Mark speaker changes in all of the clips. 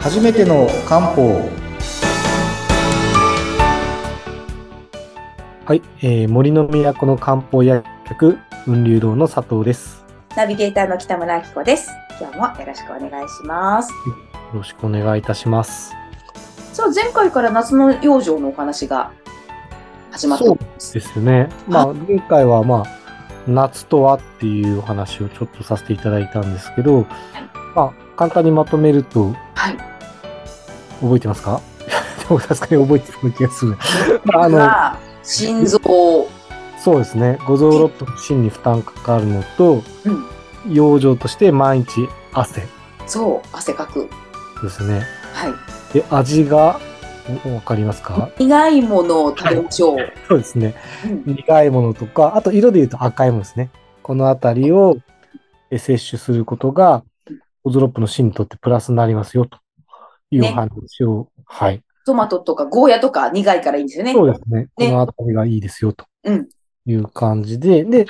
Speaker 1: 初めての漢方
Speaker 2: はい、えー、森の都の漢方薬局雲龍堂の佐藤です。
Speaker 3: ナビゲーターの北村明子です。今日もよろしくお願いします。
Speaker 2: よろしくお願いいたします。
Speaker 3: さあ、前回から夏の養生のお話が始まっております。
Speaker 2: ですね。まあ前回はまあ夏とはっていうお話をちょっとさせていただいたんですけど、まあ簡単にまとめると
Speaker 3: はい。
Speaker 2: 覚えてますか？ でもさすがに覚えてる気 がする。まああの
Speaker 3: が心臓、
Speaker 2: そうですね。五臓六腑の心に負担かかるのと、
Speaker 3: うん、
Speaker 2: 養生として毎日汗
Speaker 3: そう、汗かく。
Speaker 2: ですね。
Speaker 3: はい。
Speaker 2: で味がおわかりますか？
Speaker 3: 苦いものを食べましょう。
Speaker 2: そうですね。
Speaker 3: うん、
Speaker 2: 苦いものとか、あと色で言うと赤いものですね。このあたりをえ摂取することが、オズロップの芯にとってプラスになりますよ、というお
Speaker 3: ね
Speaker 2: 話を、はい。
Speaker 3: トマトとかゴーヤとか苦いからいいんですよね。
Speaker 2: そうですね。こ
Speaker 3: ね
Speaker 2: のあたりがいいですよ、と
Speaker 3: うん
Speaker 2: いう感じで、で、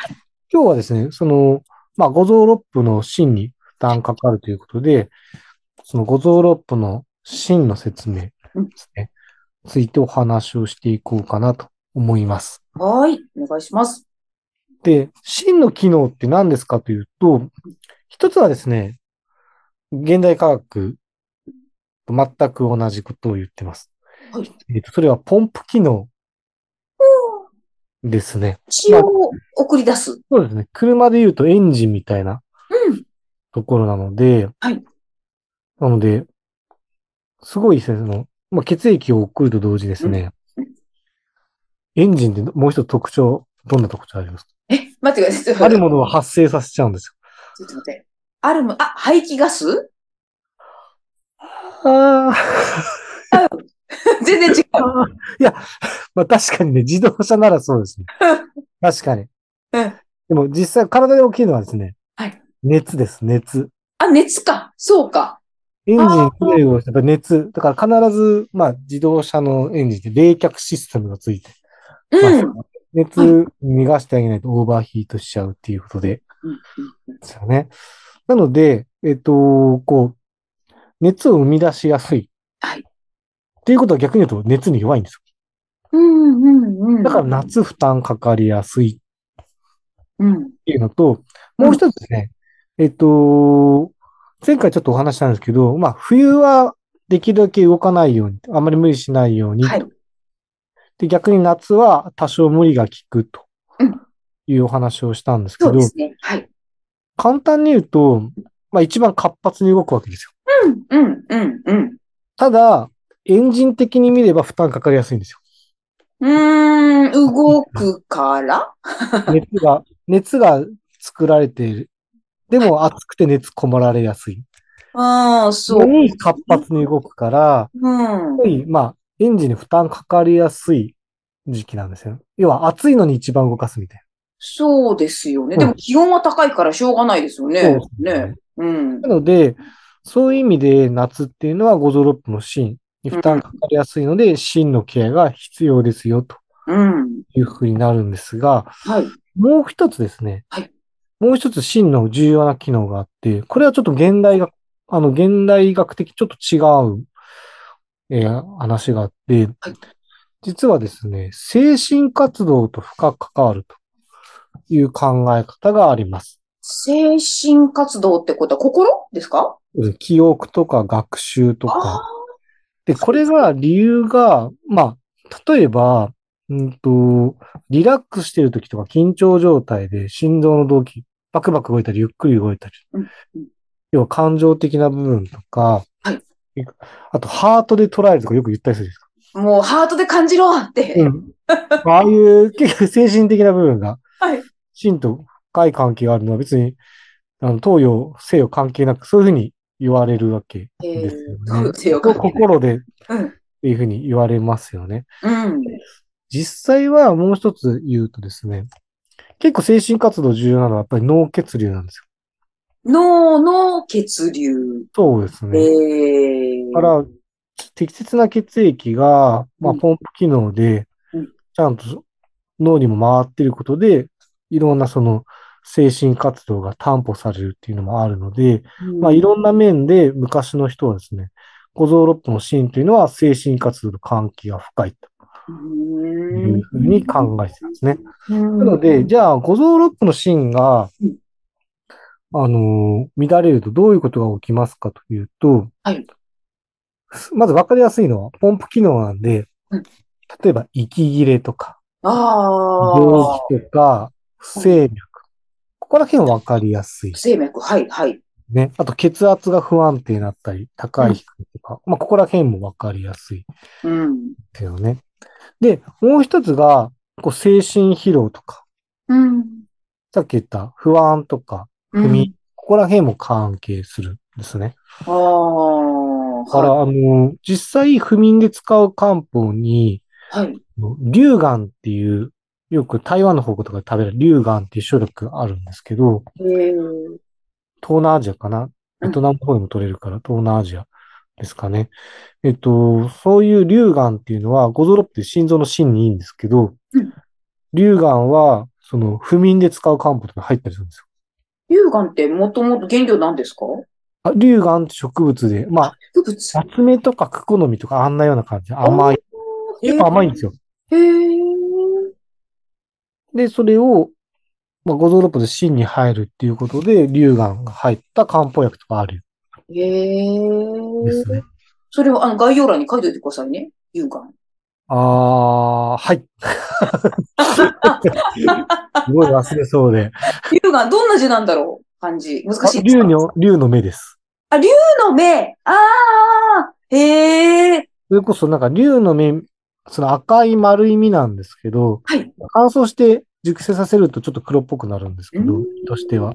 Speaker 2: 今日はですね、その、まあ、五臓六腑の芯に負担かかるということで、その五臓六腑の芯の説明ですね、ついてお話をしていこうかなと思います。
Speaker 3: はーい。お願いします。
Speaker 2: で、真の機能って何ですかというと、一つはですね、現代科学と全く同じことを言ってます。
Speaker 3: はい
Speaker 2: えっとそれはポンプ機能ですね。
Speaker 3: 血を送り出す。
Speaker 2: そうですね。車で言うとエンジンみたいな
Speaker 3: うん。
Speaker 2: ところなので、
Speaker 3: はい
Speaker 2: なので、すごいですね、その、まあ、血液を送ると同時ですね
Speaker 3: うんう、
Speaker 2: エンジンってもう一つ特徴、どんな特徴ありますか
Speaker 3: え、待ってください。
Speaker 2: あるものを発生させちゃうんですよ
Speaker 3: ちょっと待って。あるも、あ、排気ガス
Speaker 2: あ
Speaker 3: 全然違う。
Speaker 2: あ。 いや、まあ確かにね、自動車ならそう ですね。確かに。
Speaker 3: うん
Speaker 2: でも実際体で起きるのはですね、
Speaker 3: はい
Speaker 2: 熱です、熱。
Speaker 3: あ、熱か。そうか。
Speaker 2: エンジンプレイをしたら熱。だから必ず、まあ自動車のエンジンって冷却システムがついて、
Speaker 3: うん。うん
Speaker 2: まあ熱逃がしてあげないとオーバーヒートしちゃうっていうことで、
Speaker 3: うん
Speaker 2: ですよね。なので、えっと、こう、熱を生み出しやすい。
Speaker 3: はい
Speaker 2: っていうことは逆に言うと熱に弱いんですよ
Speaker 3: うんうんうん。
Speaker 2: だから夏負担かかりやすいっ
Speaker 3: うん。
Speaker 2: ていうのと、もう一つですね、えっと、前回ちょっとお話ししたんですけど、まあ冬はできるだけ動かないように、あまり無理しないように、
Speaker 3: はい。
Speaker 2: で逆に夏は多少無理が効くと
Speaker 3: うん
Speaker 2: いうお話をしたんですけ
Speaker 3: そ
Speaker 2: ど
Speaker 3: うで、すね。はい。
Speaker 2: 簡単に言うと、まあ一番活発に動くわけですよ。
Speaker 3: うんうんうんうん。
Speaker 2: ただ、エンジン的に見れば負担かかりやすいん ですよ。
Speaker 3: うーん、動くから
Speaker 2: 熱が、熱が作られている。でも暑くて熱こもられやすい。
Speaker 3: ああ、そ
Speaker 2: の
Speaker 3: う。
Speaker 2: に活発に動くから、
Speaker 3: うん。
Speaker 2: すごい、まあ、エンジンに負担かかりやすい時期なんですよ。要は暑いのに一番動かすみたい
Speaker 3: そうですよね。
Speaker 2: うん
Speaker 3: でも気温は高いからしょうがないですよ
Speaker 2: な。
Speaker 3: ね。
Speaker 2: そうです
Speaker 3: ね。。うん
Speaker 2: な。ので、そういう意味で夏っていうのは五臓六腑の芯に負担かかりやすいので、芯のケアが必要ですよと
Speaker 3: うん。
Speaker 2: いうふうになるんですが、
Speaker 3: はい。
Speaker 2: もう一つですね。
Speaker 3: はい
Speaker 2: もう一つ芯の重要な機能があって、これはちょっと現代が、あの、現代医学的ちょっと違う、えー話があって、
Speaker 3: はい
Speaker 2: 実はですね、精神活動と深く関わるという考え方があります。
Speaker 3: 精神活動ってことは心ですか
Speaker 2: 記憶とか学習と
Speaker 3: あ
Speaker 2: か。
Speaker 3: あ
Speaker 2: で、これが理由が、まあ、例えば、うんと、リラックスしてる時とか緊張状態で心臓の動機、バクバク動いたりゆっくり動いたり
Speaker 3: うんうん。
Speaker 2: 要は感情的な部分とか
Speaker 3: は、
Speaker 2: あとハートで捉えるとかよく言ったりするじ
Speaker 3: ー。もうハートで感じろって。
Speaker 2: ゃないですか。ああいう結構精神的な部分が、
Speaker 3: はい。
Speaker 2: 真と深い関係があるのは別に、あの東洋、西洋関係なくそういうふうに言われるわけ
Speaker 3: え
Speaker 2: ですよ
Speaker 3: ー、ど
Speaker 2: ね
Speaker 3: う。せよかんない
Speaker 2: 心でっ
Speaker 3: うん。
Speaker 2: ていうふうに言われますよね。
Speaker 3: うん。
Speaker 2: 実際はもう一つ言うとですね、結構精神活動重要なのはやっぱり脳血流なんですよ。
Speaker 3: 脳の血流。
Speaker 2: そうです
Speaker 3: え
Speaker 2: ね。
Speaker 3: ー。
Speaker 2: だから、適切な血液が、まあ、
Speaker 3: うん
Speaker 2: ポンプ機能で
Speaker 3: うん、
Speaker 2: ちゃんと脳にも回ってることで、いろんなその精神活動が担保されるっていうのもあるので、まあ、いろんな面で昔の人はですね、五臓六腑の真というのは精神活動と関係が深いというふうに考えてたんですね。な
Speaker 3: な
Speaker 2: ので、、じゃあ五臓六腑の真が
Speaker 3: うん、
Speaker 2: あのー、乱れるとどういうことが起きますかというと、
Speaker 3: はい
Speaker 2: まず分かりやすいのはポンプ機能なんで
Speaker 3: うん、
Speaker 2: 例えば息切れとか、
Speaker 3: あ
Speaker 2: 病
Speaker 3: あ、
Speaker 2: 気とか、不整脈。ここら辺は分かりやすい
Speaker 3: 不。整脈、はい、はい。
Speaker 2: ね。あと、血圧が不安定になったり、高い低いとか、まあ、ここら辺も分かりやすい
Speaker 3: うん。
Speaker 2: ですよね。で、もう一つが、こう、精神疲労とか、
Speaker 3: うん。
Speaker 2: さっき言った不安とか、
Speaker 3: う
Speaker 2: 不眠、
Speaker 3: ん、
Speaker 2: ここら辺も関係するんですね。
Speaker 3: ああ、
Speaker 2: だから、
Speaker 3: は
Speaker 2: あの、実際、不眠で使う漢方に、
Speaker 3: い。はい。
Speaker 2: 龍眼っていう、よく台湾の方とかで食べる龍眼っていう種類があるんですけど、
Speaker 3: えー、
Speaker 2: 東南アジアかな。ベトナムの方にも取れるから、東南アジアですかね。えっと、そういう龍眼っていうのは、ゴゾロって心臓の芯にいいんですけど
Speaker 3: うん、
Speaker 2: 龍眼は、その、不眠で使う漢方とか入ったりするんですよ。
Speaker 3: 乳がんってもともと原料なんですか
Speaker 2: あ龍眼って植物で、まあ、
Speaker 3: 植物。
Speaker 2: ナツメとかクコの実とかあんなような感じで甘い。
Speaker 3: あー。
Speaker 2: 結構甘いんですよ。
Speaker 3: へえ。
Speaker 2: で、それを、まあ、ゴゾロップで芯に入るっていうことで、龍眼が入った漢方薬とかある
Speaker 3: へ
Speaker 2: んです
Speaker 3: え。
Speaker 2: ね。
Speaker 3: それをあの概要欄に書いておいてくださいね。乳がん。
Speaker 2: あー、はい。すごい忘れそうで。
Speaker 3: 乳がん、どんな字なんだろう漢字。難しいです
Speaker 2: 竜
Speaker 3: か。
Speaker 2: の、竜の目です。
Speaker 3: あ、竜の目。ああ。へえ。
Speaker 2: それこそなんか竜の目、その赤い丸い実なんですけど、
Speaker 3: はい。
Speaker 2: 乾燥して熟成させるとちょっと黒っぽくなるんですけ
Speaker 3: う
Speaker 2: ど
Speaker 3: ん、
Speaker 2: としては。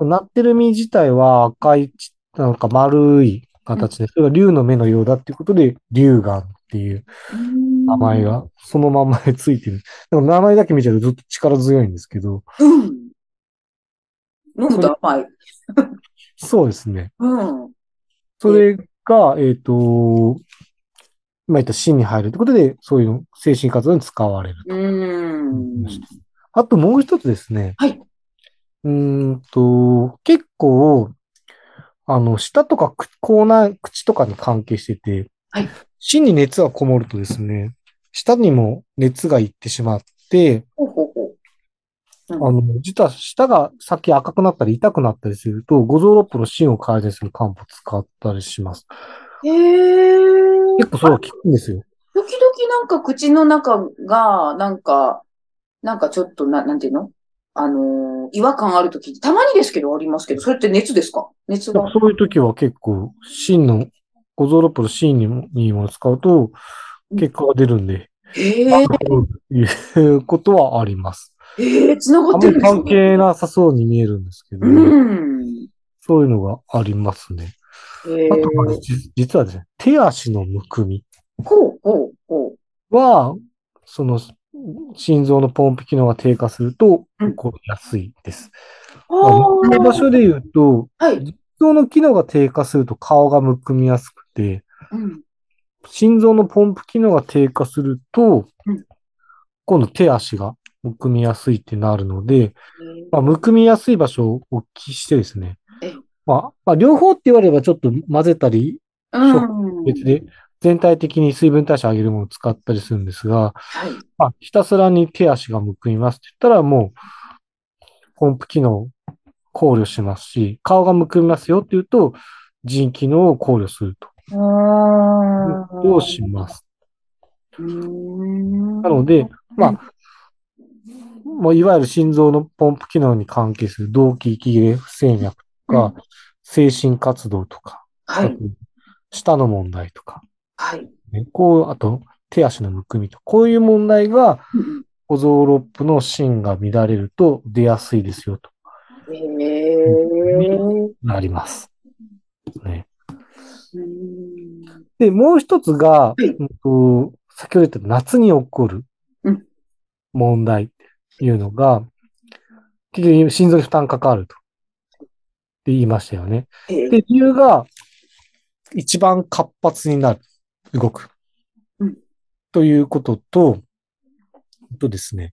Speaker 2: なってる実自体は赤いち、なんか丸い形で、それが竜の目のようだっていうことで、竜眼っていう名
Speaker 3: 名
Speaker 2: 前。がそのまんまでついてる。なんか名前だけ見ちゃうとずっと力強いんですけど、
Speaker 3: うん。飲むと甘い。
Speaker 2: そうですね。
Speaker 3: うん。
Speaker 2: それが、えっ、と、今言った芯に入るってことで、そういう精神活動に使われる。
Speaker 3: うん。
Speaker 2: あともう一つですね。
Speaker 3: はい。
Speaker 2: うーんと、結構、あの、舌とか口、口内、口とかに関係してて、
Speaker 3: はい
Speaker 2: 芯に熱がこもるとですね、舌にも熱がいってしまって、
Speaker 3: ほうほうほ
Speaker 2: あの、実は舌が先赤くなったり痛くなったりすると、五臓六腑の芯を改善する漢方を使ったりします。
Speaker 3: う。へえ。
Speaker 2: 結構それは効くんですよ。
Speaker 3: 時々なんか口の中が、なんか、なんかちょっとな、なんていうのあのー違和感あるとき、たまにですけどありますけど、それって熱ですか熱が。
Speaker 2: そういう時は結構、芯の、五臓六腑の芯にも、にも使うと、結果が出るんで、
Speaker 3: へえ、
Speaker 2: いうことはあります。
Speaker 3: へえ、繋が
Speaker 2: あ
Speaker 3: っ
Speaker 2: ん
Speaker 3: て
Speaker 2: ま
Speaker 3: るん
Speaker 2: り
Speaker 3: です
Speaker 2: 関
Speaker 3: ね。
Speaker 2: 係なさそうに見えるんですけど、
Speaker 3: うん。
Speaker 2: そういうのがありますね。
Speaker 3: へえ
Speaker 2: あとは、じ実はですね、手足のむくみ
Speaker 3: ほうほうほう。
Speaker 2: は、その、心臓のポンプ機能が低下すると
Speaker 3: うん
Speaker 2: 起こりやすいです。まあむくみ
Speaker 3: あ
Speaker 2: 場所で言うと、
Speaker 3: あ。はい。
Speaker 2: 心臓の機能が低下すると顔がむくみやすくて、
Speaker 3: うん。
Speaker 2: 心臓のポンプ機能が低下すると、
Speaker 3: うん
Speaker 2: 今度手足がむくみやすいってなるので、まあ、むくみやすい場所をお聞きしてですね
Speaker 3: ええ。
Speaker 2: まあ、まあ、両方って言われればちょっと混ぜたり、
Speaker 3: うん。
Speaker 2: 別で全体的に水分代謝上げるものを使ったりするんですが、
Speaker 3: はい。
Speaker 2: まあ、ひたすらに手足がむくみますって言ったらもう、ポンプ機能を考慮しますし、顔がむくみますよって言うと、腎機能を考慮すると。
Speaker 3: あ
Speaker 2: どうします。
Speaker 3: うーん。
Speaker 2: なので、まあ、もういわゆる心臓のポンプ機能に関係する動悸、息切れ、不整脈とか、精神活動とか、
Speaker 3: はい。
Speaker 2: 舌の問題とか、
Speaker 3: はい。
Speaker 2: ね、こう、あと手足のむくみとか、こういう問題が、
Speaker 3: うん
Speaker 2: 五臓六腑の芯が乱れると出やすいですよと
Speaker 3: うんへえ。
Speaker 2: なります。ね、
Speaker 3: うん
Speaker 2: で、もう一つが、
Speaker 3: い
Speaker 2: うんと先ほど言った夏に起こる
Speaker 3: うん
Speaker 2: 問題っていうのが、結局心臓に負担かかると。って言いましたよね。
Speaker 3: へえ
Speaker 2: で、理由が、一番活発になる、動く
Speaker 3: うん。
Speaker 2: ということと、あとですね、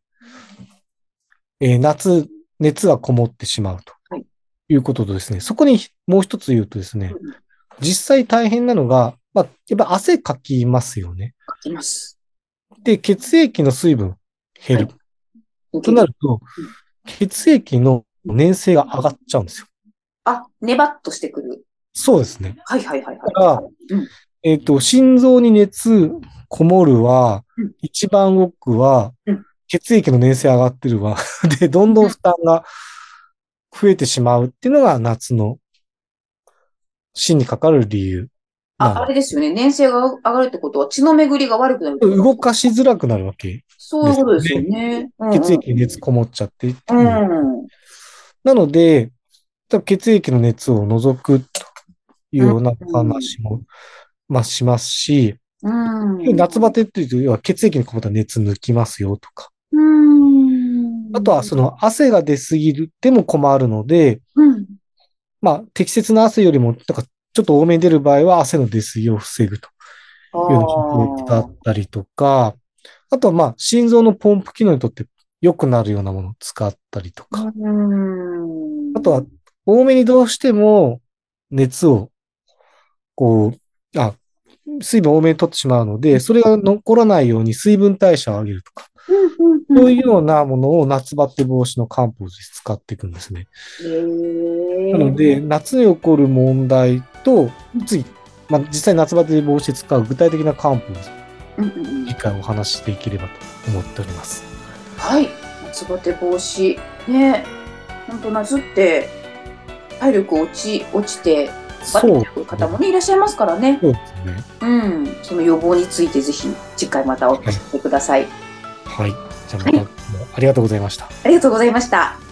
Speaker 2: えー夏、熱がこもってしまうと
Speaker 3: はい
Speaker 2: いうこととですね、そこにもう一つ言うとですね
Speaker 3: うん、
Speaker 2: 実際大変なのが、まあ、やっぱ汗かきますよね。
Speaker 3: 書きます。
Speaker 2: で、血液の水分減る。となると、血液の粘性が上がっちゃうんですよ。
Speaker 3: あ、ネバッとしてくる。
Speaker 2: そうですね。
Speaker 3: はいはいはい
Speaker 2: だから
Speaker 3: はい。うん、
Speaker 2: えっ、と、心臓に熱こもるは
Speaker 3: うん、
Speaker 2: 一番奥は
Speaker 3: うん、
Speaker 2: 血液の粘性上がってるわ。 で、どんどん負担が増えてしまうっていうのが夏の死にかかる理由
Speaker 3: あ、あ
Speaker 2: な
Speaker 3: れですよね。粘性が上がるってことは血の巡りが悪くなるってこと。
Speaker 2: の。動かしづらくなるわけ。
Speaker 3: そういうことですよね。
Speaker 2: 血液に熱こもっちゃってっていううん
Speaker 3: うん。うん。
Speaker 2: なので、多分血液の熱を除くというようなお話も、まあ、しますし、
Speaker 3: うん。
Speaker 2: 夏バテっていうと、要は血液にこもった熱抜きますよとか。
Speaker 3: うん。
Speaker 2: あとはその汗が出すぎても困るので、
Speaker 3: うん。
Speaker 2: まあ適切な汗よりも、なんかちょっと多めに出る場合は汗の出過ぎを防ぐと
Speaker 3: あ
Speaker 2: いうようなことだったりとか、あとはまあ心臓のポンプ機能にとって良くなるようなものを使ったりとか、
Speaker 3: ーうん。
Speaker 2: あとは、多めにどうしても熱を、こう、あ、水分多めに取ってしまうので、それが残らないように水分代謝を上げるとか、
Speaker 3: うんうん
Speaker 2: そううんいうようなものを夏バテ防止の漢方で使っていくんですね。
Speaker 3: へ
Speaker 2: な
Speaker 3: ー
Speaker 2: ので、夏に起こる問題と、次、まあ、実際夏バテ防止で使う具体的な漢方を
Speaker 3: うんうんうん
Speaker 2: 次回お話ししていければと思っております。
Speaker 3: はい、夏バテ防止。ねえ、本当夏って体力落ち落ちてバテちゃう方もねいらっしゃいますからね。
Speaker 2: そうですね。
Speaker 3: うん、その予防についてぜひ次回またお聞かせください。
Speaker 2: はい。じゃあまた、
Speaker 3: は
Speaker 2: ありがとうございました。
Speaker 3: ありがとうございました。